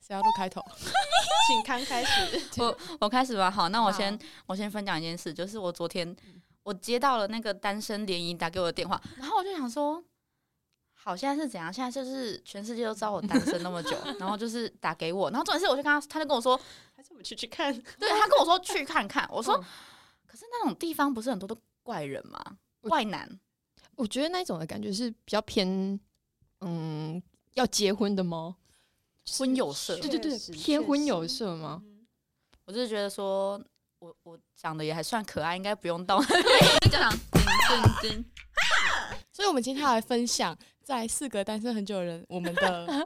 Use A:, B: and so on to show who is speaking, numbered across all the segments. A: 谁要录开头？
B: 请康开始。
C: 我我开始吧。好，那我先我先分享一件事，就是我昨天
B: 嗯
C: 我接到了那个单身联谊打给我的电话，然后我就想说，好，现在是怎样？现在就是全世界都知道我单身那么久，然后就是打给我，然后重点是我就跟他，他就跟我说，
B: 还是我们去去看？
C: 对他跟我说去看看，我说、
B: 嗯
C: 可是那种地方不是很多都怪人吗？
A: 我
C: 怪男，
A: 我觉得那一种的感觉是比较偏，嗯，要结婚的吗？
C: 婚友社，
A: 对对对
B: 确，实
A: 偏
B: 确
A: 婚
B: 实
A: 友社吗？
B: 嗯
C: 我就是觉得说我我长得也还算可爱，应该不用到就 这样。叮叮叮
D: 所以，我们今天要来分享在四个单身很久的人，我们 的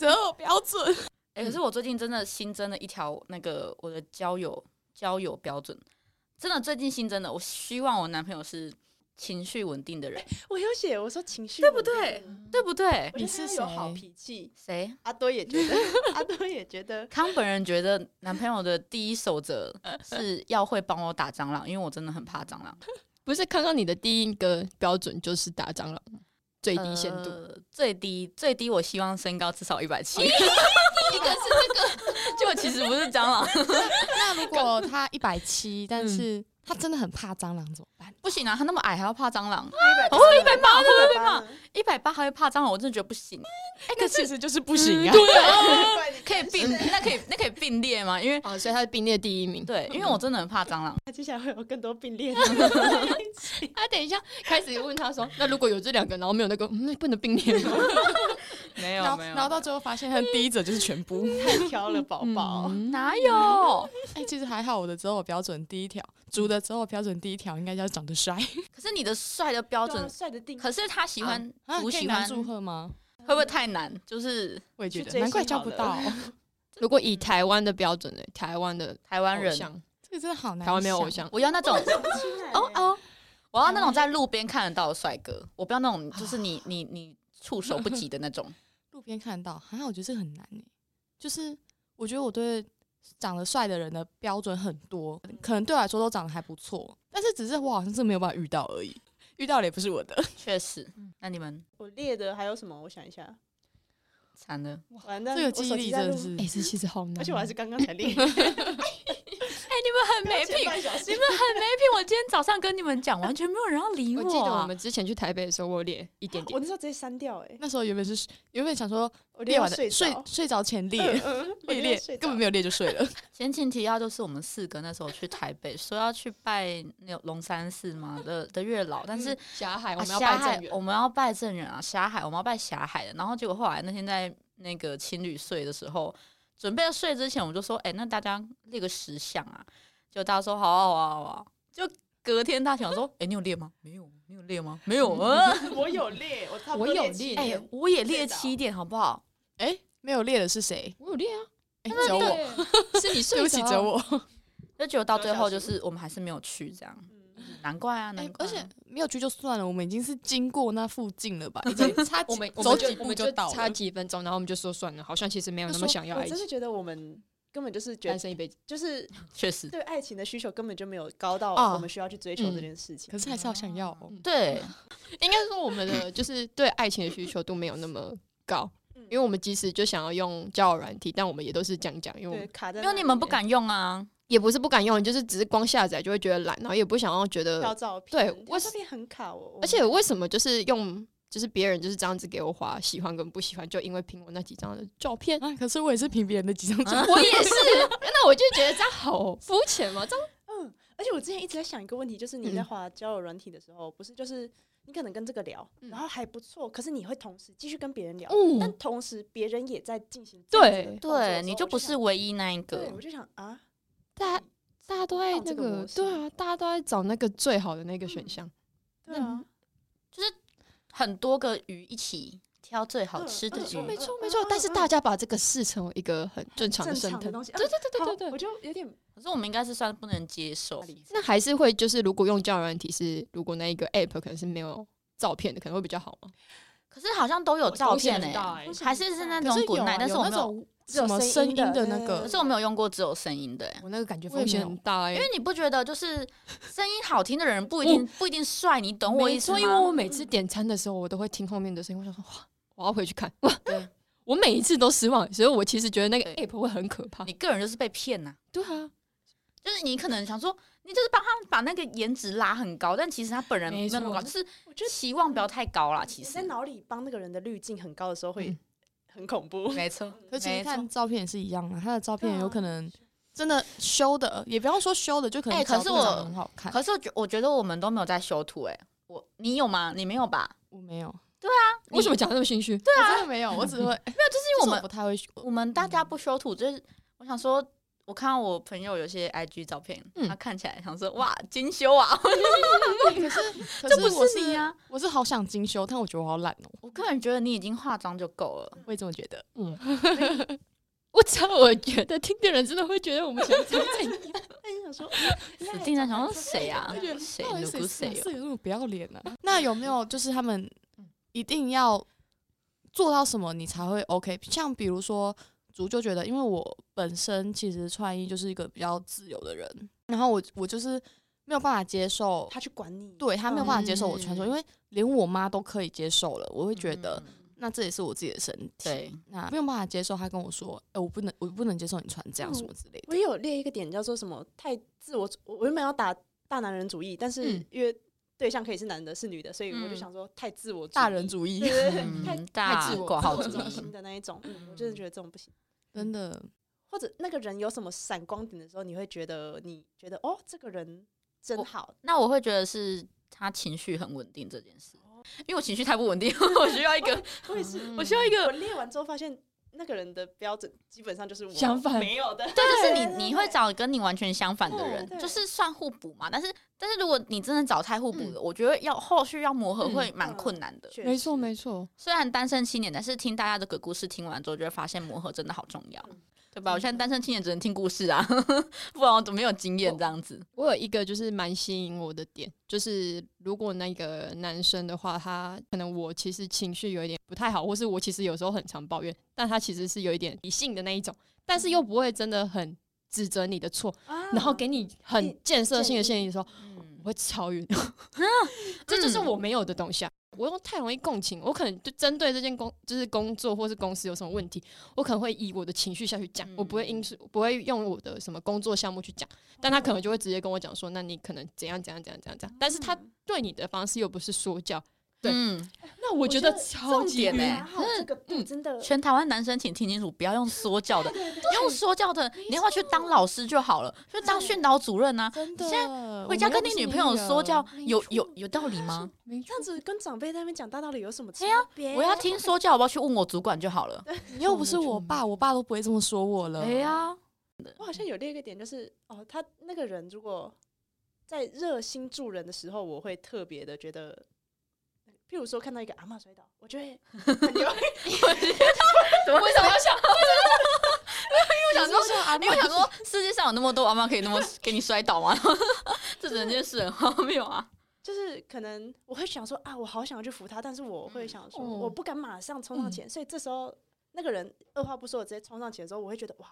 D: 择偶标准。
C: 哎、可是我最近真的新增了一条那个我的交友交友标准，真的最近新增的。我希望我男朋友是情绪稳定的人，
B: 我有写，我说情绪对嗯
C: 不对？对不对？
B: 我
D: 你
B: 觉得
D: 是
B: 他有好
D: 谁
B: 脾
C: 嗯
B: 气，
C: 谁？
B: 阿多也 觉得，阿多也觉 得，
C: 康本人觉得男朋友的第一守则是要会帮我打蟑螂，因为我真的很怕蟑螂。
A: 不是，刚刚你的第一个标准就是打蟑螂，最低限度。
C: 呃最低最低，我希望身高至少一百七。一个 是这个，就其实不是蟑螂，
D: 那如果他一百七，
A: 嗯
D: 但是他真的很怕蟑螂，怎么办？
A: 哎
C: 不行啊，他那么矮还要怕蟑螂，
B: 我一百
C: 哦八
B: 八，一百八，
C: 一百八还会怕蟑螂，我真的觉得不行。
D: 哎，那其实就是不行啊。
C: 可以 并那可以那可以并列吗？因为
A: 哦，所以他是并列第一名。
C: 对，因为我真的很怕蟑螂。
B: 他接下来会有更多并列的一起。
A: 啊，等一下，开始问他说， 那如果有这两个，然后没有那个，嗯那不能并列吗。
C: 没
D: 然后，然后到最后发现他的第一者就是全 部。
B: 太挑了，宝宝。
D: 嗯
C: 嗯哪 有？
D: 哎，其实还好，我的择偶标准第一条，竹的择偶标准第一条应该叫长得帅。
C: 可是你的帅的标
B: 对啊
C: 准，
B: 帅的定
C: 可是他喜欢
D: 啊，
C: 不
D: 可以
C: 喜
D: 拿
C: 欢，
D: 祝贺吗？
C: 会不会太难？就是
D: 我也觉
B: 去
D: 得，
B: 追
D: 难怪
B: 星
D: 叫
B: 好
D: 不
B: 了
D: 到。
A: 如果以台湾的标准呢，欸台湾的
C: 台湾
A: 偶
C: 人，
A: 像，
D: 这个真的好难。
A: 台湾没有偶，像，
C: 我要那种
B: 哦
C: 哦哦，我要那种在路边看得到的帅哥，我不要那种就是你你你触手不及的那 种。
D: 路边看到，好像我觉得这个很难诶。就是我觉得我对长得帅的人的标准很多，
B: 嗯
D: 可能对我来说都长得还不错，但是只是我好像是没有办法遇到而已，遇到了也不是我的。
C: 确实，那你们
B: 我列的还有什么？我想一下，
C: 惨了。
B: 完蛋，
D: 这个
B: 我
D: 记忆
B: 手机
D: 力
B: 在
D: 真的
B: 录
D: 是，嗯
A: 哎，这其实好难。
B: 而且我还是刚刚才 列，
C: 哎，你们很没
B: 前
C: 品，
B: 半小时
C: 你们很没品。我今天早上跟你们讲，完全没有人要理
A: 我
C: 我。啊
A: 记得我们之前去台北的时候，我有列一点
B: 我
A: 点，
B: 那时候直接删掉，哎，
D: 那时候原本是原本想说
B: 我
D: 列
B: 到
D: 完的
B: 睡
D: 睡
B: 着
D: 睡着前
B: 嗯
D: 列
B: 嗯我
D: 列
B: 列
D: 列
B: 到睡，
D: 根
B: 着
D: 本没有列就睡 了。
C: 前情提要就是我们四个那时候去台北，说要去拜那个龙山寺嘛的的月老，但是、
A: 霞海
C: 啊
A: 嗯我们要
C: 霞
A: 拜
C: 海
A: 正
B: 哦
C: 我
A: 缘，
C: 们要拜正人啊，霞海我们要拜霞海的。然后结果后来那天在那个情侣睡的时候，准备要睡之前，我们就说，哎、那大家列个十项啊。就大家说好啊好啊好啊，就隔天大家想说，哎、你有列吗？没有，你有列吗？没 有啊。
B: 我有列，我差不
D: 我
B: 多
D: 有
B: 七
D: 列
C: 哎、
B: 点
C: 我也列七点好不好？
D: 哎，没有列的是谁？
A: 我有列啊，
D: 哎，只有我，
A: 是你睡
D: 对不起，
A: 着啊
D: 只有我。
C: 就结果到最后就是我们还是没有去，这样
B: 嗯
C: 难怪啊，难
D: 哎，
C: 怪
D: 而
C: 啊、
D: 且没有去就算了，我们已经是经过那附近了吧？已 经 差
A: 我
D: 几
A: 们我
D: 走
A: 们就
D: 几
A: 我
D: 步
A: 们就
D: 到了
A: 差。几分钟，然后我们就说算了，好像其实没有
B: 就
A: 那
B: 说
A: 么想要
B: 我
A: 爱
B: 真
A: 情
B: 的，觉得我们根本就是觉
A: 单
B: 得，
A: 身一辈子。
B: 就是
C: 确实
B: 对爱情的需求根本就没有高到
D: 啊
B: 我们需要去追求这件事情。
D: 可是还是好想要哦。
C: 对。
A: 应该说我们的就是对爱情的需求都没有那么高，
B: 嗯
A: 因为我们即使就想要用交友软体，但我们也都是讲讲，因为我
B: 对，
A: 们
B: 卡在
C: 因为
B: 那
C: 你们
B: 里
C: 不敢用啊，
A: 也不是不敢用，就是只是光下载就会觉得懒，然后也不想要觉
B: 挑
A: 得，
B: 照片，
A: 对
B: 挑
A: 我
B: 照片很卡哦。
A: 而且为什么就是用就是别人就是这样子给我划喜欢跟不喜欢，就因为凭我那几张的照 片，
B: 嗯
D: 啊，可是我也是凭别人的几张
B: 啊
D: 照片，
A: 我也是，那我就觉得这样 好肤浅嘛，这样
B: 嗯，而且我之前一直在想一个问题，就是你在滑交友软体的时候，不是就是你可能跟这个聊，
A: 嗯
B: 然后还不错，可是你会同时继续跟别人聊，但
A: 嗯，
B: 同时别人也在进行这样子的
A: 对
B: 动作的时候
C: 对你就不是
B: 我
C: 唯一那一
B: 就想对，
C: 个
B: 我，就想啊，
A: 大家大家都在那
B: 这个
A: 个
B: 模，式嗯
A: 对啊，大家都在找那个最好的那个选项，
B: 对啊，
C: 很多个鱼一起挑最好
B: 嗯
C: 吃的
B: 嗯嗯
A: 没
C: 鱼。
A: 错没错，但是大家把这个视成为一个很正常的
B: 正
A: 生
B: 常
A: 态
B: 的，东西，啊
A: 对对对
B: 好
A: 对对
B: 我
A: 对。
B: 就有点
C: 可是我们应该是算不能接受
B: 不，理解
A: 那还是会就是，如果用交友软体是，如果那一个 app 可能是没有照片的，可能会比较好嘛。
C: 可是好像都有照片欸
A: 呢、
C: 呢、
D: 啊
B: 风险
C: 还
B: 很
C: 是是
B: 大
C: 那
D: 可
C: 种
D: 是有
C: 滚
D: 啊
C: 奶，但是我
D: 有那
C: 没有，
D: 种
B: 只有
D: 什么
B: 声
D: 声
B: 音
D: 音
B: 的
D: 的那
B: 对
D: 个
C: 可是我没有用过只有声音的、欸，
D: 我那个感觉
A: 风
D: 风险
A: 险很
D: 很
A: 大哎、
C: 因为你不觉得就是声音好听的人不一定不一定帅，你懂啊我意思
A: 因为我
C: 吗？
A: 每次点餐的时候，我都会听后面的声音，我想说哇，我要回去看哇
C: 对，
A: 我每一次都失望，所以我其实觉得那个 app 会很可怕
C: 你。个人就是被骗呐、
A: 对啊，
C: 就是你可能想说，你就是帮他把那个颜值拉很高，但其实他本人没
A: 没
C: 有那么
A: 错
C: 高，就是
B: 我觉得
C: 期望不要太高啦。其
B: 你
C: 实
B: 在脑里帮那个人的滤镜很高的时候，会
A: 嗯
B: 很恐怖。
C: 没错，
D: 可其实
C: 没错
D: 看照片也是一样啊，他的照片
B: 对啊
D: 有可能真的修的，也不要说修的，就可能
C: 哎可
D: 角
C: 是
D: 度长
C: 我
D: 得很好看。
C: 可是我觉我觉得我们都没有在修图哎、我你有吗？你没有吧？
D: 我没有，
C: 你
A: 为什么讲得那么心虚？
D: 对啊，真的没有，我只 会没有，就是
C: 我们
D: 不太会修。
C: 我们大家不修图，就是我想说，我看到我朋友有些 IG 照片，
A: 嗯
C: 他看起来想说哇精修啊，
D: 可是可
C: 这不
D: 是我
C: 是你啊，
D: 我是好想精修，但我觉得我好懒哦，
C: 我个人觉得你已经化妆就够了。
D: 我也这么觉得。
A: 嗯，我只要我觉得听的人真的会觉得我们想怎样怎样。
B: 哎，你想 说，
C: 我经常想说谁啊
D: 我觉得？
C: 谁
D: 到底
C: 如
D: 谁
C: 果
D: 是
C: 谁哦
D: 哪
C: 有
D: 是有那么不要脸呢、 那有没有就是他们一定要做到什么你才会 OK？像比如说，竹就觉得，因为我本身其实穿衣就是一个比较自由的人，然后我我就是没有办法接受，
B: 他去管你，
D: 对他没有办法接受我穿着，
A: 嗯
D: 因为连我妈都可以接受了，我会觉得、
C: 嗯
D: 那这也是我自己的身体，
C: 对，
D: 那没有办法接受他跟我说，哎、我不能，我不能接受你穿这样
B: 嗯
D: 什么之类的。
B: 我也有列一个点叫做什么太自我主，我我原本要打大男人主义，但是
A: 嗯
B: 因为对象可以是男的，是女的，所以我就
C: 嗯
B: 想说太自我主义
D: 大人主义
B: 对，对对，太
C: 嗯，大
A: 自我
C: 挂
A: 好
C: 号
B: 自
C: 主
B: 我
C: 义，
B: 中心的那一种，嗯，我真的觉得这种不行。
D: 真的，
B: 或者那个人有什么闪光点的时候，你会觉得你觉得哦，这个人真好，
C: 那我会觉得是他情绪很稳定这件事，因为我情绪太不稳定， 我需要一个，
B: 我也是。
C: 我需要一
B: 嗯我
C: 个，
B: 列完之后发现，那个人的标准基本上就是我
A: 相反
B: 没有的。
C: 对，就是你你会找跟你完全相反的人
B: 对，对
C: 就是算互补嘛。但是但是如果你真的找太互补
A: 嗯
C: 的，我觉得要后续要磨合
A: 嗯
C: 会蛮
B: 嗯
C: 困难的。
B: 确
A: 没错
B: 实
A: 没错，
C: 虽然单身七年，但是听大家的鬼故事听完之后，就会发现磨合真的好重要。对吧？我现在单身七年只能听故事啊， 不然我怎么没有经验这样子？
A: 我有一个就是蛮吸引我的点，就是如果那个男生的话，他可能我其实情绪有一点不太好，或是我其实有时候很常抱怨，但他其实是有一点理性的那一种，但是又不会真的很指责你的错，
B: 啊
A: 然后给你很建设性的建议的时候，
C: 嗯
A: 我，会超晕。这就是我没有的东西啊！我又太容易共情，我可能就针对这件工，就是工作或是公司有什么问题，我可能会以我的情绪下去讲，
C: 嗯
A: 我不会因是不会用我的什么工作项目去讲，但他可能就会直接跟我讲说，那你可能怎样怎样怎样怎样怎样，但是他对你的方式又不是说教，对
C: 嗯，
A: 那我觉得超级
C: 重点
A: 晕
C: 欸
B: 然后这
A: 嗯
B: 个度真的
C: 全台湾男生请听清楚，不要用说教 的，用说教的，你要不要去当老师就好了，就当训导主任啊。
D: 真
C: 你现
D: 的，
C: 回家跟你女朋友说教，有有有道理吗？
B: 这样子跟长辈在那边讲大道理有什么差
C: 对啊
B: 别？
C: 我要听说教，我不要去问我主管就好了。
D: 你又不是我爸，我爸都不会这么说我了。
C: 哎呀，
B: 我好像有列一个点，就是哦，他那个人如果在热心助人的时候，我会特别的觉得，譬如说看到一个阿嬷摔倒，我就会 很有
C: 为什么要笑？
D: 你
C: 想
D: 是
C: 说
D: 说阿
C: 因为
D: 嬷
C: 想说世界上有那么多阿妈可以那么 给你摔倒吗？这整件事很荒谬啊！
B: 就是可能我会想说啊，我好想要去扶他，但是我会想说，
A: 嗯
B: 我不敢马上冲
C: 嗯
B: 上前，所以这时候那个人二话不说直接冲上前的时候，我会觉得哇，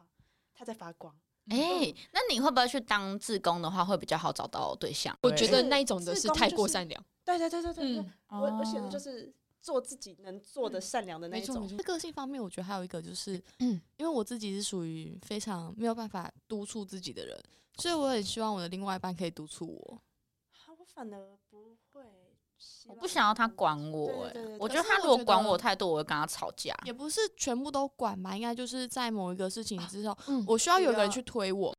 B: 他在发光。
C: 哎、那你会不会去当志工的话，会比较好找到对象？
A: 我觉得那一种
B: 是
A: 的
B: 是
A: 是
B: 公
A: 太
B: 就
A: 过
B: 是
A: 善良，
B: 对对对对对对，
A: 嗯
B: 我我写的就
C: 哦
B: 是做自己能做的
A: 嗯
B: 善良的那一种。
A: 错
D: 在个性方面，我觉得还有一个就是，
A: 嗯
D: 因为我自己是属于非常没有办法督促自己的人，所以我很希望我的另外一半可以督促我。
B: 啊我反而不会希
C: 我
B: 望，
C: 不想要他管我、
B: 对对对
C: 哎，我
D: 可
C: 觉得
D: 是
C: 他
D: 我
C: 如果
D: 觉
C: 管
D: 得
C: 我太多，我会跟他吵架。
D: 也不是全部都管吧，应该就是在某一个事情之后，
A: 嗯
D: 我需要有一个人
B: 需
D: 去推我，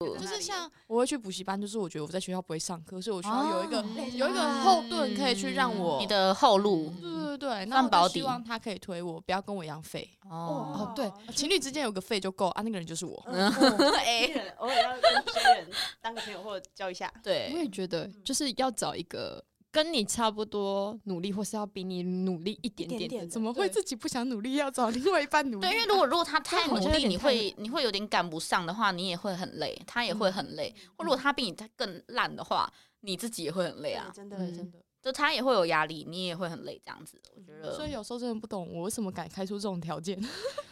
B: 就
D: 就是像嗯我会去补习班，就是我觉得我在学校不会上课，所以我需要有一个、
C: 哦嗯
D: 有一个后盾可以去让我
C: 你的后路
D: 对对对，那
C: 算
D: 我
C: 保
D: 就希
C: 底
D: 望他可以推我，不要跟我一样废。
C: 哦
A: 哦对
D: 情侣之间有个废就够啊，那个人就是我。
B: 嗯，
C: 哎
B: 哎，人偶尔要跟些 人当个朋友或者交一下。
A: 我
C: 对，
A: 也觉得就是要找一个跟你差不多努力，或是要比你努力一点
B: 点
A: 点
B: 点
A: 的
B: 的
D: 怎么会
A: 对
D: 自己不想努力，要找另外一半努力？
C: 对，因为如果如果他太
A: 好
C: 努
A: 像有
C: 力，
A: 点
C: 你
A: 太
C: 会你会有点赶不上的话，你也会很累，他也会很累。或如果他比你更烂的话，你自己也会很累
B: 对
C: 啊。
B: 真的
A: 嗯
B: 真的，
C: 就他也会有压力，你也会很累，这样子，我觉
D: 所
C: 得
D: 以有时候真的不懂我为什么敢开出这种条件。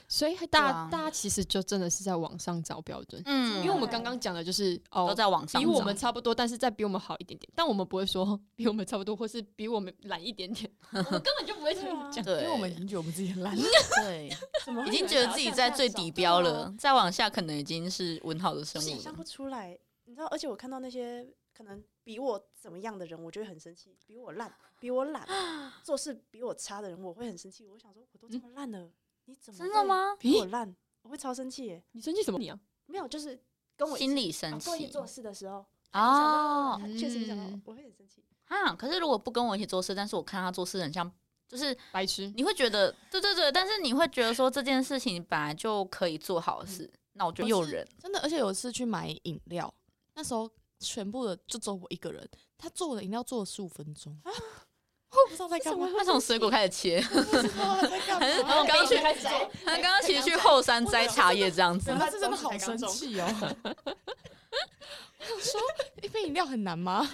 A: 所以
C: 对
A: 大、
C: 啊
A: 大家其实就真的是在网上找标准，
C: 嗯
A: 因为我们刚刚讲的就是哦，
C: 都在网上
A: 比
C: 找，
A: 我们差不多，但是再比我们好一点点，但我们不会说 比我们差不多，或是比我们懒一点点，我们根本就不会这样讲。
D: 因
C: 对，
D: 为我们已经觉得我们自己很烂，
C: 对
B: 啊怎么
C: 已
B: 会有
C: 经
B: 人
C: 觉得
B: 想要
C: 自己
B: 向
C: 在
B: 下
C: 最
B: 找
C: 底
B: 对
C: 标
B: 啊
C: 了，再往下可能已经是文好的生
B: 就是
C: 物
B: 想
C: 了
B: 不。出来。你知道，而且我看到那些可能比我怎么样的人，我就会很生气；比我烂、比我懒、做事比我差的人，我会很生气。我想说，我都这么烂了，你怎么
C: 嗯真的？吗？
B: 比我烂，我会超生气耶！
A: 你生气什么？你啊，
B: 没有，就是跟我一
C: 心
B: 起
C: 理
B: 啊
C: 生
B: 跟我一起
C: 气
B: 做事的时候，
C: 哦
B: 啊确实没想到
A: 嗯，
B: 我会很生气。
C: 啊！可是如果不跟我一起做事，但是我看他做事很像，就是
A: 白痴！
C: 你会觉得，对对对，但是你会觉得说这件事情本来就可以做好的事，那我
B: 哦
C: 就诱人，
D: 真的。而且有一次去买饮料，那时候全部的就只有我一个人，他做我的饮料做了十五分钟，
A: 啊
D: 我不知道在干嘛，
C: 他从水果开始切，
B: 哦
D: 不知道他在干嘛。
C: 然后刚刚去，
B: 开始 摘，
C: 他刚刚其实去后山摘茶叶这样子
D: 然，后这真的
B: 刚
D: 好
B: 才
D: 生
B: 刚中
D: 气哦！我 想说，一杯饮料很难吗？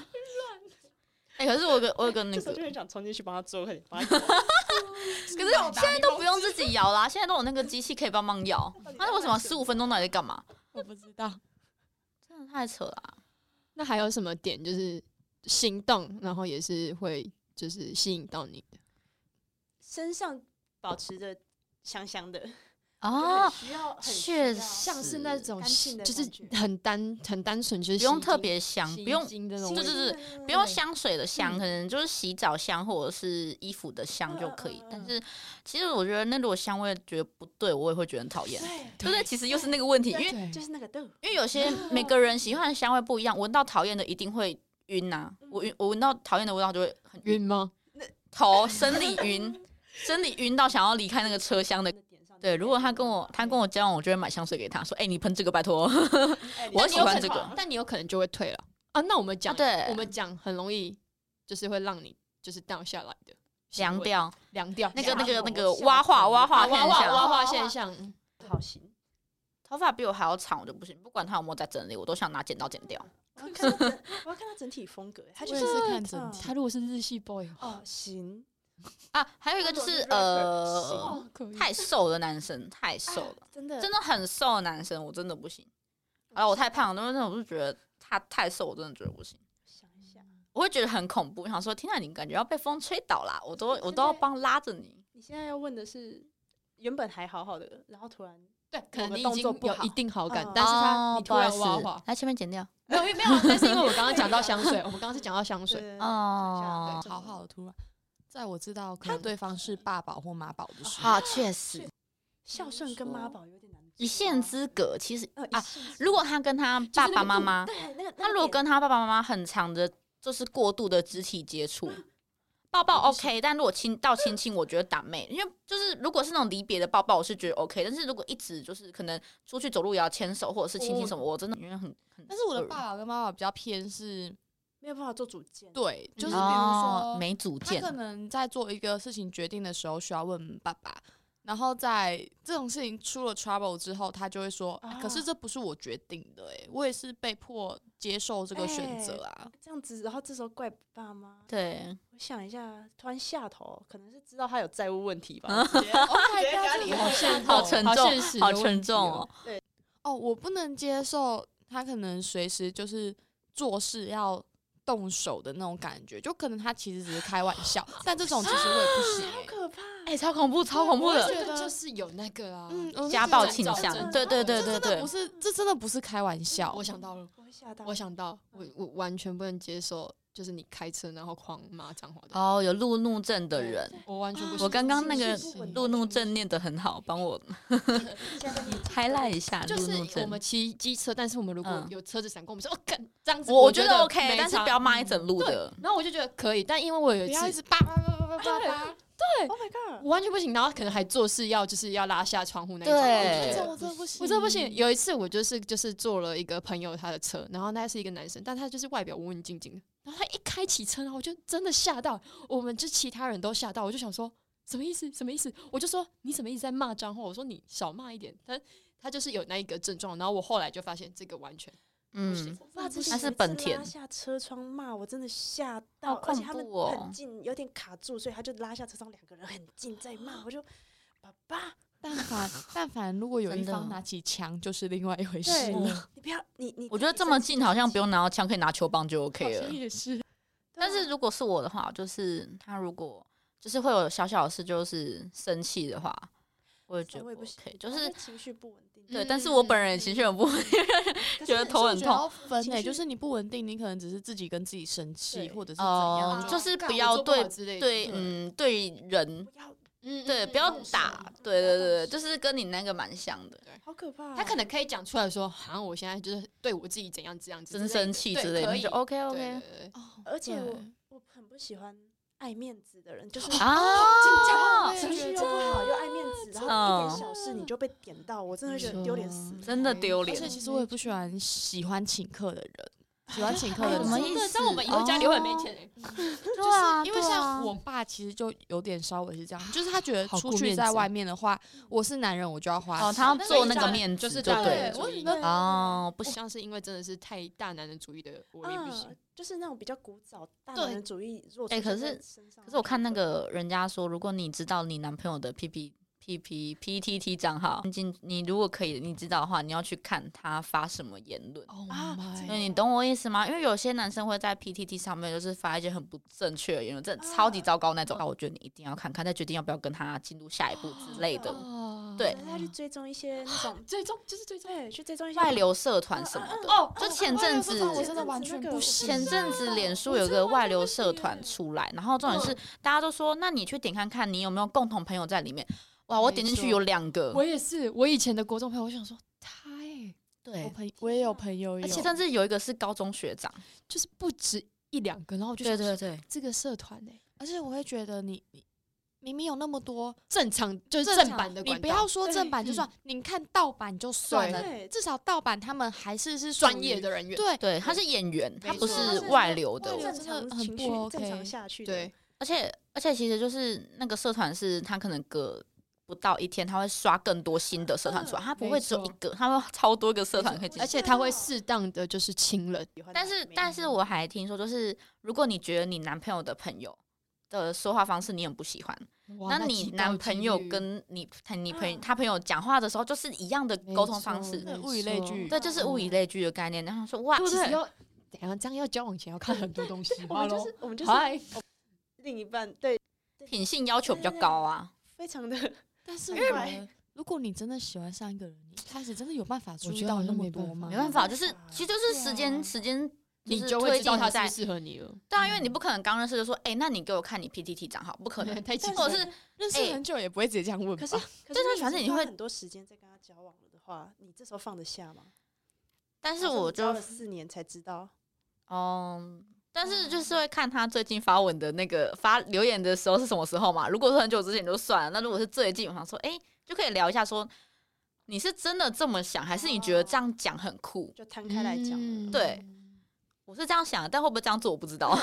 C: 哎、可是我有个我有个那
B: 这
C: 个
B: 时候就，很想冲进去帮他 做，快点帮他。
C: 可是我现在都不用自己摇啦，现在都有那个机器可以帮忙摇，那为什么十五分钟到底在干嘛？
D: 我不知道，
C: 真的太扯了啊、
A: 那还有什么点就是行动，然后也是会就是吸引到你的？
B: 身上保持着香香的，
C: 哦，
B: 很需要，很需
C: 确
B: 要
C: 实
A: 像是那种
B: 干净的
A: 就是
B: 感觉
A: 很单很单纯，就是
C: 不用
A: 洗衣
C: 特
A: 精
C: 别香，
A: 洗
C: 不
A: 衣
C: 用
A: 精的那
B: 新
A: 种
C: 就
A: 味
C: 是
A: 道，
B: 鲜
C: 是
B: 的
C: 不用
A: 对
C: 香水的
B: 嗯
C: 香，可能就是洗澡香或者是衣服的香就可以
B: 嗯嗯。嗯
C: 但是其实我觉得那如果香味觉得不对，我也会觉得很讨厌。
B: 对，
C: 对不对？其实又是那个问题，因为
B: 对
C: 因
B: 就是那个豆，
C: 为有些每个人喜欢的香味不一样，闻到讨厌的一定会晕呐、我晕，我闻到讨厌的味道就会很晕，
A: 晕吗？
C: 头生理晕，生理晕到想要离开那个车厢的。
B: 点上
C: 对，如果他跟我他跟我交往，我就会买香水给他，说：“哎、你喷这个，拜托。
B: 哎你
C: 我
B: 在
C: 喜
B: 说
C: 欢
B: 什
C: 这
B: 么
C: 个
A: 但你有可能就会退了啊。那我们”
C: 啊，
A: 讲，
C: 对，
A: 我们讲很容易就是会让你就是掉下来的行
C: 凉
A: 为
C: 掉
A: 凉掉
C: 那个那
B: 下
C: 个
B: 头
C: 那个
B: 下
C: 挖化
B: 头
C: 挖化
A: 啊
C: 现
A: 挖化
C: 象，
A: 挖化
B: 哦
A: 现象，
B: 好行，
C: 头发比我还要长，我就不行，不管他有没有在整理，我都想拿剪刀剪掉。
B: 我要看他整，我要看他整体风格，他
D: 我
B: 就
D: 也是看
B: 嗯
D: 整体，
A: 他如果是日系 boy
B: 哦行，
C: 啊，还有一个就是
B: 那种 rapper
C: 呃，
B: 型
A: 哦，可以
C: 太瘦的男生，太瘦了，
B: 真的哦
C: 真的很瘦的男生，我真的不行。啊，我太胖了，那种我就觉得他太瘦，我真的觉得不行，
B: 想一下，
C: 我会觉得很恐怖，想说天啊，你感觉要被风吹倒啦，我都
B: 现在
C: 我都要帮拉着你。
B: 你现在要问的是原本还好好的，然后突然
A: 对，可能
B: 某个
A: 你已
B: 动
A: 经
B: 作不
A: 有
B: 好
A: 一定好感
B: 嗯，
A: 但是他
C: 哦
A: 你
C: 不
A: 突
C: 好意
A: 然挖
C: 思
A: 化，，
C: 来前面剪掉
A: 没有因为没有，啊但是因为我刚刚讲到香水，我们刚刚是讲到香水，
B: 对
C: 哦
D: 好好的突然，在我知道可能对方是爸宝或妈宝的时候，
C: 啊，确实
B: 孝顺跟妈宝有点难，啊
C: 一线之隔，其实
B: 呃
C: 啊，如果他跟他爸爸妈妈，
B: 对那个
C: 他如果跟他爸爸妈妈很长的，就是过度的肢体接触，抱抱 OK，但如果亲到亲亲，我觉得打妹，因为就是如果是那种离别的抱抱，我是觉得 OK，但是如果一直就是可能出去走路也要牵手或者是亲亲什么，我真的因为很很，
D: 但是我的爸爸跟妈妈比较偏是，
B: 没有办法做主见，
D: 对，就是比如
C: 哦
D: 说
C: 没主
D: 他
C: 见
D: 可能在做一个事情决定的时候需要问爸爸，然后在这种事情出了 trouble 之后，他就会说：“哎可是
B: 啊
D: 这不是我决定的、欸，我也是被迫接受这个选择啊。
B: 这样子，然后这时候怪爸妈，
C: 对，
B: 我想一下，突然下头，可能是知道他有债务问题
C: 嗯
B: 吧，直接
D: Oh my god，
B: 直接给他
D: 这
B: 理
D: 个
B: 由
D: 好
B: 现
D: 像
C: 好
D: 哦
C: 沉
A: 好
C: 重
A: 现实，的
C: 好
A: 问
C: 沉
A: 题
C: 重
A: 哦
C: 哦。
D: 哦，我不能接受他可能随时就是做事要动手的那种感觉，就可能他其实只是开玩笑， 但这种其实我也不行、
B: 好
D: 欸。
B: 可怕，
C: 哎，超恐怖，超恐怖
D: 我
C: 的
D: 也觉
A: 这个
D: 得
A: 就是有那个啊，
D: 嗯，我就
C: 家
D: 觉得
C: 暴
A: 这
C: 倾
A: 种
C: 向，
A: 真
C: 对
B: 的
D: 这
C: 对对对
D: 真的
C: 对
D: 不，是，这真的不是开玩笑。
A: 我想到了，
B: 我会吓到，
A: 我想到，我我完全不能接受，就是你开车然后狂骂脏话的，
C: 哦，有路怒症的人。
A: 我完全不行。
C: 我刚刚那个
A: 是是
C: 路怒症念得很好，帮我 highlight 一下
A: 就
C: 啊路怒
A: 是我
C: 症。
A: 们骑机车，但是我们如果
C: 嗯
A: 有车子闪过，我们说哦，干这样子，
C: 我
A: 觉
C: 觉
A: 得
C: 得 OK，
A: 没
C: 但是
A: 差嗯
C: 不要骂一整路的。
A: 然后我就觉得可以，但因为我有
D: 不
A: 一
D: 要一
A: 次
D: 直叭叭叭叭叭叭叭，
B: ，Oh my god，
A: 我完全不行，然后可能还做事要就是要拉下窗户那一种，
C: 对
A: 我就觉
D: 这
A: 得
D: 我真的不行，
A: 我真的不行。有一次我就是就是坐了一个朋友他的车，然后那是一个男生，但他就是外表文文静静的，然后他一开起车，然后我就真的吓到，我们就其他人都吓到，我就想说什么意思？什么意思？我就说你怎么一直在骂脏话？我说你少骂一点。他他就是有那一个症状，然后我后来就发现这个完全
C: 嗯，
B: 我爸之
C: 那
B: 前
C: 是
B: 有一次
C: 本田
B: 拉下车窗骂我，真的吓到，而且他们
C: 恐怖哦
B: 很近，有点卡住，所以他就拉下车窗，两个人很近在骂，我就爸爸，
D: 但凡但凡如果有一
C: 真的
D: 方拿起枪，就是另外一回事
B: 对
D: 了。
B: 哦你不要你你，
C: 我觉得这么近好像不用拿到枪，可以拿球棒就 OK 了。
D: 也是，
B: 对啊，
C: 但是如果是我的话，就是他如果就是会有小小的事，就是生气的话，我也觉得
B: 我也不
C: OK，
B: 行
C: 就
B: 我
C: 是
B: 会情绪不稳 定，
C: 对。
A: 嗯
C: 但是我本人也情绪很不稳定，
B: 可是
C: 觉得
B: 很
C: 头
B: 像
C: 很
D: 觉
C: 痛
D: 得要分
B: 情
D: 诶、欸
B: 绪
D: 就是你不稳定，你可能只是自己跟自己生气，
B: 对
D: 或者是怎
C: 哦
D: 样，
C: 就
D: 就是
C: 不
A: 干
C: 要
A: 我做不好
C: 对
A: 之类的
C: 对，
A: 对
C: 嗯，对人，
B: 不要
A: 嗯，
C: 对，
A: 嗯
C: 不要
A: 嗯
C: 打，对对对，对就是跟你那个蛮像的，
B: 好可怕哦，
A: 他可能可以讲出来说，好像我现在就是对我自己怎样怎样，
C: 真生气之类的，
A: 可
C: 那
A: 以
C: 就 OK
A: 对对
C: OK
A: 对对
D: 哦
B: 而且我
D: 对
B: 我很不喜欢爱面子的人，就是
C: 啊。
D: 哦
B: 情绪又不好又爱面子，然后一点小事你就被点到，我真的觉得丢脸死
A: 嗯。
C: 嗯真的丢
D: 而
C: 脸
D: 且其实我也不喜欢喜欢请客的人，喜欢请客
C: 哎
D: 的
C: 呦
D: 人
C: 什么
D: 是
C: 意
A: 对
C: 思
A: 这样我们以后家里会很没钱欸
C: 对啊，
D: 因为
C: 对
D: 像
C: 啊
D: 我爸其实就有点稍微是这样，就是他觉得
E: 好
D: 出
E: 顾
D: 去
E: 面
D: 在
E: 子
D: 外
A: 哦
D: 面的话，我是男人我就要花
C: 哦，
D: 钱
C: 他要做那
A: 所以
C: 个
A: 这
C: 面
A: 就
C: 子
A: 是
C: 就
A: 大
C: 对
A: 男
C: 了
A: 人
D: 我
A: 主
D: 以
A: 义，
D: 为
C: 哦，不
A: 不
C: 行，
A: 像是因为真的是太大男人主义的我也不
B: 啊
A: 行，，
B: 就是那种比较古早大
D: 对
B: 男人主义弱。
C: 哎可是可是我看那，个人家说，如果你知道你男朋友的 P P P P P T T 账号，你你如果可以，你知道的话，你要去看他发什么言论。
D: 哦
B: 啊
D: 妈
B: 这
C: 所
D: 呀
C: 以你懂我意思吗？因为有些男生会在 PTT 上面就是发一些很不正确的言论，真的超级糟糕那种。啊那我觉得你一定要看看，再决定要不要跟他进入下一步之类的。
D: 哦
C: 对
B: 他去追踪一些那种，
A: 最终就是最终。
B: 对，去追踪一些
C: 外流社团什么的，
A: 哦
C: 就前阵子
D: 我真的完全不行。
C: 前阵子脸书有个外流社团出来，然后重
A: 嗯
C: 点是大家都说，那你去点看看你有没有共同朋友在里面。哇，我点进去有两个，
A: 我也是，我以前的国中朋友，我想说他哎，
D: 我
C: 对，
D: 朋我也有朋友有，
C: 而且甚至有一个是高中学长，
A: 就是不止一两个，然后我就
C: 对
A: 想
C: 对
A: 说
C: 对，
A: 这个社团哎，
D: 而且我会觉得你你明明有那么多
A: 正常就是
D: 正
A: 正
D: 常
A: 版的
D: 你
A: 管道，
D: 不要说正版
A: 对
D: 就算，你看盗版就算了，
B: 对，
D: 至少盗版他们还是是属
A: 专业
D: 于
A: 的人员，
D: 对。
C: 对，他是演员，他不
B: 他
C: 是
B: 是
C: 外流的哦
D: 外流，
B: 正常情绪正常下去的，
A: 对，
C: 而且而且其实就是那个社团是他可能隔不到一天，他会刷更多新的社团出来，
B: 嗯
C: 他不
A: 没
C: 会只有一
A: 错
C: 个，他会超多个社团可以进去
A: 而且他会适当的就是亲人，
B: 喜欢
C: 但是，但是我还听说，就是如果你觉得你男朋友的朋友的说话方式你很不喜欢，
A: 哇
C: 那你男朋友跟你他你朋友
A: 嗯
C: 他朋友讲话的时候就是一样的沟通方式，
D: 对物以类聚
C: 对，就是物以类聚的概念。然后说哇，
A: 对不
C: 其实
A: 对？
C: 又
A: 要怎样？这样要交往前要看很多东西
B: 我
A: 哈
B: 们
A: 喽，
B: 就是我们就是
A: 嗨，
B: 另一半，对，
C: 品性要求比较高啊，
B: 非 常的
D: 但是我
B: 因为
D: 觉得，如果你真的喜欢上一个人，你一开始真的有办法注
A: 觉
D: 意
A: 得
D: 到
A: 好
D: 那
A: 像
D: 么
A: 没办
D: 多
A: 法
D: 吗？
C: 没办
B: 法
C: 法，就是其实就是时间时间，
A: 啊你
C: 就
A: 就是嗯会
C: 推
A: 知道
C: 进
A: 他
C: 在
A: 适不适合你了。。
C: 对啊，因为你不可能刚认识就说，哎，那你给我看你 PTT 账号，不可能
A: 太奇
C: 或
A: 怪
C: 者
A: 了，
C: 是
D: 认
C: 哎
D: 识很久也不会直接这样问吧
B: 可是，？可是
C: 对
B: 你
C: 反正
B: 已
C: 你
B: 经花
C: 会
B: 很多时间在跟他交往了的话，你这时候放得下吗？
C: 但是
B: 好像
C: 我
B: 你交
C: 就
B: 了四年才知道，
C: 哦、但是就是会看他最近发文的那个发留言的时候是什么时候嘛。如果是很久之前就算了，那如果是最近，我想说，哎、就可以聊一下说，你是真的这么想，还是你觉得这样讲很酷？
B: 就摊开来讲了。
A: 嗯
C: 对，我是这样想的，但会不会这样做我不知道。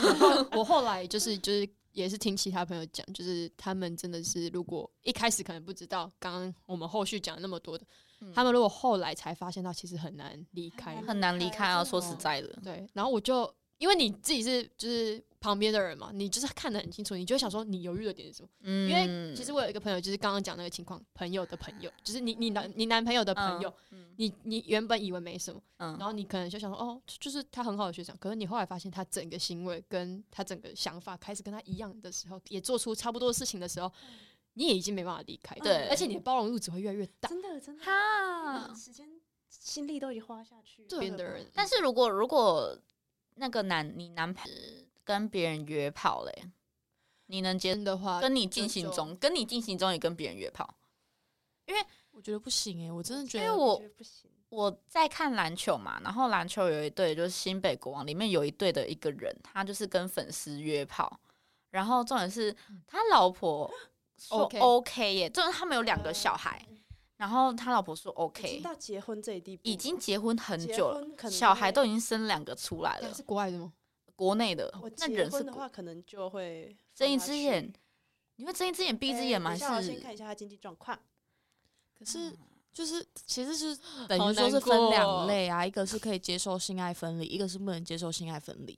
A: 我后来就是就是也是听其他朋友讲，就是他们真的是如果一开始可能不知道，刚刚我们后续讲那么多的，
C: 嗯
A: 他们如果后来才发现到，其实很难离开
B: 很。
C: 很难离开啊，
B: 真的
C: 说实在的，
A: 对，然后我就因为你自己是就是旁边的人嘛，你就是看得很清楚，你就会想说你犹豫的点是什么。
C: 嗯，
A: 因为其实我有一个朋友，就是刚刚讲那个情况，朋友的朋友，就是你你男你男朋友的朋友，
C: 嗯
A: 你你原本以为没什么，然
C: 嗯，
A: 后你可能就想说哦，就是他很好的学长，可是你后来发现他整个行为跟他整个想法开始跟他一样的时候，也做出差不多的事情的时候，你也已经没办法离开，
C: 对
A: 而且你的包容度只会越来越大。
B: 真的真的，
C: 哈
B: 那个时间心力都已经花下去了，
A: 对边的人，
C: 但是如果如果那个男你男朋跟别人约炮嘞，你能接
A: 真的话，
C: 跟你进行
A: 就
C: 中，跟你进行中也跟别人约炮？
D: 我觉得不行哎、我真的觉
C: 因
D: 得，
C: 为
B: 我
C: 我
B: 觉得不行。
C: 我在看篮球嘛，然后篮球有一队就是新北国王，里面有一队的一个人，他就是跟粉丝约炮，然后重点是
B: 嗯
C: 他老婆说
A: OK
C: OK 耶，就是他们有两个小孩，
B: 嗯
C: 然后他老婆说
B: 已经
C: OK，
B: 到结婚这一地步了，
C: 已经结婚很
B: 结
C: 久了，
B: 婚可能
C: 小孩
B: 会
C: 都已经生两个出来
A: 但
C: 了
A: 是，国外的吗？
C: 国内的
B: 我
C: 那
B: 结
C: 人是
B: 婚的
C: 国
B: 话，可能就会
C: 睁一
B: 放他
C: 只
B: 去
C: 眼，你会睁一只眼闭一只
B: 哎
C: 眼
B: 等
C: 吗？嗯
B: 一下我
C: 还
B: 先
C: 是
B: 看一下他经济状况。
D: 可是就是其实是等
A: 好
D: 于说
A: 难
D: 是分
A: 过
D: 两
A: 哦
D: 类啊，一个是可以接受性爱分离，一个是不能接受性爱分离。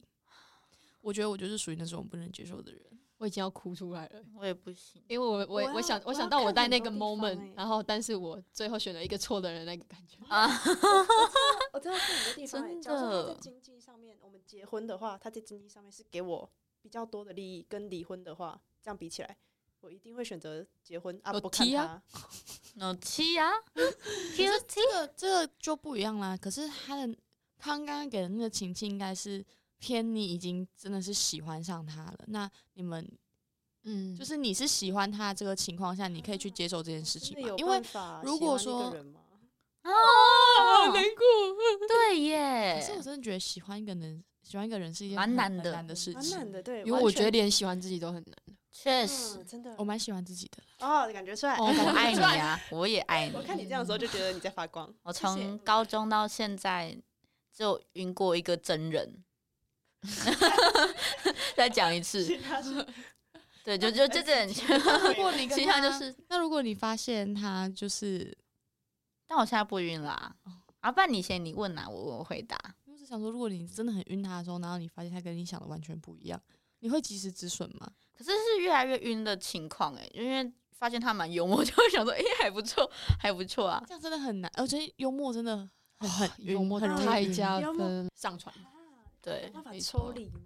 D: 我觉得我就是属于那种不能接受的人。
A: 我已经要哭出来了，
C: 我也不行。
A: 因为我我
B: 我
A: 我
B: 要
A: 想
B: 我
A: 我
B: 要
A: 想到我
B: 看
A: 在
B: 很
A: 那
B: 多
A: 个
B: 地方欸
A: moment，然后但是我最后选了一个错的人，那个感觉
C: 啊
B: 我哦真的是很多地方、欸，
C: 真
B: 假如说他在
C: 的
B: 经济上面，我们结婚的话，他在经济上面是给我比较多的利益，跟离婚的话，这样比起来，我一定会选择结婚啊，
D: 有
B: 不看
D: 踢
B: 他。
D: 啊
C: 那七 呀，guilty
D: 这个这个就不一样啦。可是他的他刚刚给的那个情境应该是偏你已经真的是喜欢上他了，那你们
A: 嗯，
D: 就是你是喜欢他这个情况下，你可以去接受这件事
B: 真
D: 情
B: 的
D: 吗
B: 有？
D: 因为
B: 办法
D: 如
B: 喜
D: 果
B: 欢一个
D: 说
B: 人吗
C: 啊，对
A: 过，
D: 可是我嗯
C: 耶，
D: 真的觉得喜欢一个人，喜欢一个人是一件
C: 欸蛮
D: 很
C: 难
D: 很
C: 的
D: 难的事
B: 蛮
D: 情。
B: 难的，对，
A: 因为
B: 完
A: 我觉得
B: 全
A: 连喜欢自己都很难。
C: 确实
B: 嗯，，真的
D: 我蛮喜欢自己的啦，
B: 哦，感觉出来。
A: 哦
C: 我
A: 感
C: 爱 你啊，我也爱
B: 我
C: 你。
B: 看你这样的时候就觉得你在发光。
C: 我
B: 谢谢
C: 从高中到现在就晕过一个真人， 再讲一 次，
B: 其他是
C: 对，就就这点，
B: 对
D: 如果你跟
C: 其他就
D: 他
C: 是，
D: 那如果你发现他就是，
C: 但我现在不晕啦。啊，不然你先你问啦，我我回答。
D: 我是想说，如果你真的很晕他的时候，然后你发现他跟你想的完全不一样，你会及时止损吗？
C: 可是是越来越晕的情况哎、因为发现他蛮幽默，就会想说，哎、还不错，还不错啊。
D: 这样真的很难，而且幽默真的很很晕
A: 幽默
D: 很容易
A: 太
D: 晕
A: 加
B: 幽默
A: 分，上 传
C: 对，
B: 办法
A: 没
B: 抽
A: 错
B: 离吗？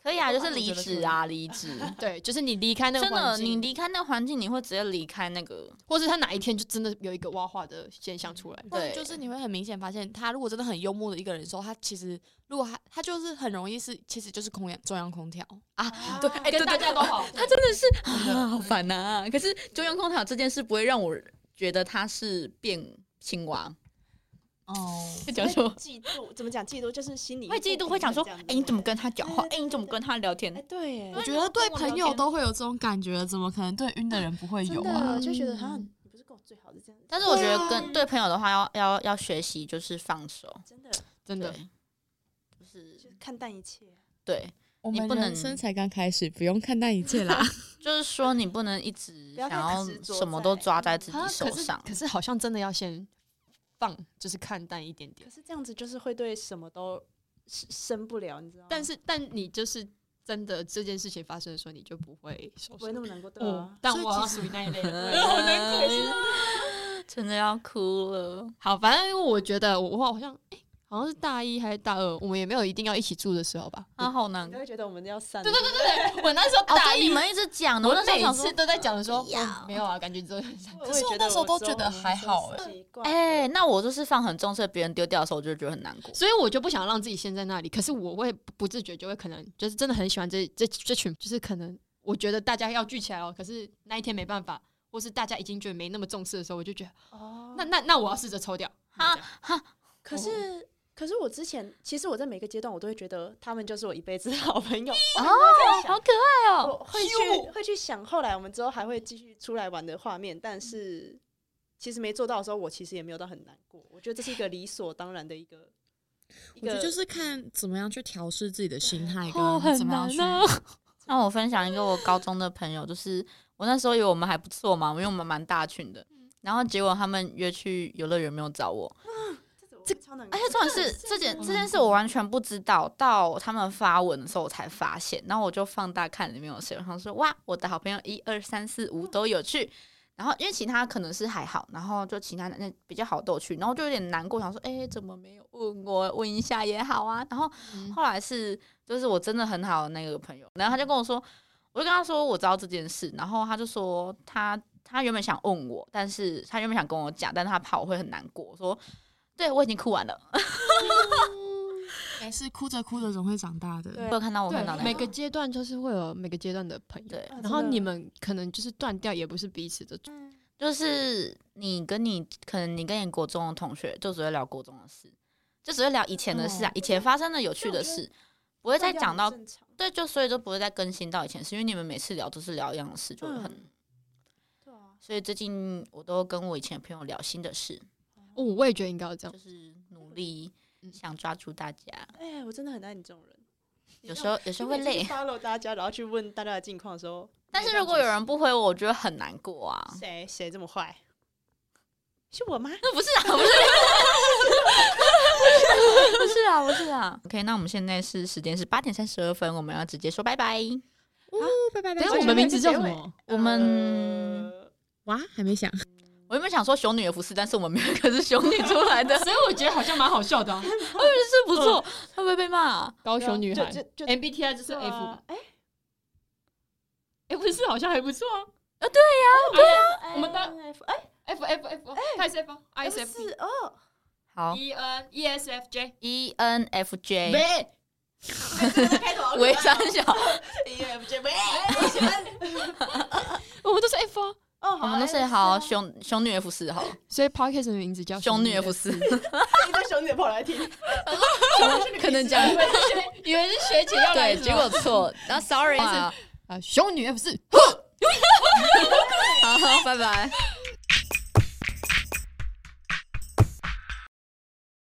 C: 可以啊，
B: 哦我
C: 就
B: 觉
C: 是
B: 得
C: 离
B: 可
C: 职啊，离职。
A: 对，就是你离开那个
C: 真
A: 环
C: 的，你
A: 境，
C: 离开那环境，你会直接离开那 个。
A: 或是他哪一天就真的有一个挖化的现象出来，
D: 不然
C: 对
D: 就是你会很明显发现，他如果真的很幽默的一个人的时候，他其实如果他他就是很容易是，其实就是空中央空调。
B: 啊
C: 对，哎、
A: 跟
C: 对
A: 大
C: 对
A: 家都好。
C: 他真的是啊，好烦呐、可是中央空调这件事不会让我觉得他是变青蛙，
D: 哦，
C: 会讲说
B: 会嫉妒怎么讲？嫉妒就是心里
C: 会嫉妒，会讲说，哎、你怎么跟他讲话？哎、
B: 对
C: 你怎么跟他聊天
B: 哎？对耶
D: 我觉得对朋友都会有这种感觉，怎么可能对晕的人不会有
B: 真
D: 啊？
B: 的就觉得哈，
A: 嗯
B: 你不是跟我最好是这样子，
C: 但是我觉得
D: 对
C: 跟
D: 啊
C: 对朋友的话要，要要学习就是放手，
B: 真的
A: 真的，
C: 对，就是
B: 就是看淡一切。
C: 对，
D: 我
C: 你不能
D: 才刚开始，不用看淡一切 啦。
C: 就是说你不能一直
B: 不要
C: 想
B: 太
C: 要
B: 执着
C: 什么都
B: 在
C: 抓在嗯自己
A: 啊
C: 手
A: 可是
C: 上，
A: 可是好像真的要先放，就是看淡一点点
B: 可。是这样子就是会对什么都生生不了，你知道吗？
A: 但是，但你就是真的这件事情发生的时候，你就不会受
B: 不会
A: 伤。
B: 那么难过，对
A: 哦
B: 啊，。
A: 但
D: 所以
A: 我
D: 其
A: 要
D: 实
A: 属于那一 类的。
C: 真的要哭了。
A: 好，反正因为我觉得我我好像哎、好像是大一还是大二，我们也没有一定要一起住的时候吧。
C: 啊，好难
B: 你都
C: 过！
B: 会觉得我们要散了。
A: 我那时候
C: 哦，
A: 大
C: 对，
A: 一，
C: 你们一直讲的，
A: 我
C: 我那时候
A: 每
C: 想
A: 次
C: 说，
A: 都在讲的说，嗯没有啊，感觉只有
B: 可
D: 是我那时候都觉得还好哎
B: 哎、
C: 哎、那我就是放很重视别人丢掉的时候，我就觉得很难过。
A: 所以我就不想让自己陷在那里。可是我会不自觉就会可能就是真的很喜欢这这这群，就是可能我觉得大家要聚起来哦，可是那一天没办法，或是大家已经觉得没那么重视的时候，我就觉得
B: 哦
A: 那那那我要试着抽掉
C: 啊
A: 这样
B: 可是、可是我之前其实我在每个阶段我都会觉得他们就是我一辈子的好朋友，
C: 哦，好可爱哦！
B: 我会去会去想后来我们之后还会继续出来玩的画面，但是其实没做到的时候，我其实也没有到很难过。我觉得这是一个理所当然的一个。一个
D: 是看怎么样去调试自己的心态
A: 哦，很难呢、
C: 那我分享一个我高中的朋友，就是我那时候以为我们还不错嘛，因为我们蛮大群的，然后结果他们约去游乐园没有找我，
B: 这超难
C: 而
B: 过，
C: 且重点是这件这件事我完全不知道，到他们发文的时候我才发现，然后我就放大看里面有谁，然后说哇，我的好朋友一二三四五都有去。然后因为其他可能是还好，然后就其他那比较好都有去，然后就有点难过，想说哎、怎么没有问我？问一下也好啊。然后
A: 嗯
C: 后来是就是我真的很好的那个朋友，然后他就跟我说，我就跟他说我知道这件事，然后他就说他他原本想问我，但是他原本想跟我讲，但是他怕我会很难过，我说对我已经哭完了。
D: 没事，哭着哭着总会长大的。
B: 对
C: 我有看到我看到
A: 对，每
C: 哦那个，
A: 个阶段就是会有每个阶段的朋友，
C: 对，
B: 啊
A: 然后
B: 真的
A: 你们可能就是断掉，也不是彼此的主。
C: 就是你跟你可能你跟你国中的同学就只会聊国中的事，就只会聊以前的事啊
D: 哦，
C: 以前发生的有趣的
B: 对我
C: 事，不会再讲到
B: 这样很正常
C: 对，就所以就不会再更新到以前的事，因为你们每次聊都是聊一样的事，就会很。
B: 对啊，
C: 所以最近我都跟我以前的朋友聊新的事，
A: 哦，我也觉得应该要这样
C: 就。是努力
A: 嗯
C: 想抓住大家。
B: 哎、我真的很爱你这种人。
C: 有时候有时候会累，
B: follow 大家，然后去问大家的近况的时候，
C: 但是如果有人不回我，我觉得很难过啊。
B: 谁谁这么坏，是我吗？
C: 那不是啊，不是，不是啊，不是啊。OK，那我们现在是时间是八点三十二分，我们要直接说拜拜。
D: 哦
E: 拜拜拜
A: 等一
E: 拜
A: 下，我们名字叫什么？
C: 我们
B: 呃
E: 哇，还没想，
C: 我原本想说熊女的服饰，但是我们没有一个是熊女出来的，
A: 所以哎我觉得好像蛮好笑的啊、
C: 是不错，会不会被骂啊？
A: 高雄女孩
B: 就就就
A: MBTI 就是 F，哎、
B: 啊哎
A: 诶哎不是，好像还不错啊。
B: 哎
A: 我们当
B: 哎
A: F F F，他啊也是 F，I S F
B: F 四哦，
C: 好
A: E N E S F J，
C: ，E N F J，
A: 喂，
B: 开头好可爱
C: 为
B: 哦
C: 三小，
B: E F J，喂，我喜欢
A: 我们都是 F 啊，
B: 哦，好
C: 我们都是
B: F 四
C: 好
B: 啊
C: 熊熊女 F 四好了，
A: 所以 Podcast 的名字叫
C: 熊女 F
A: F
C: 四，
B: 一堆熊姐跑来听，
C: 可能这样，
A: 以为是学姐要来
C: 对，
A: 是吗，
C: 结果 错，然后 sorry 啊，
A: 啊，熊女 F 四。
C: 好，拜拜。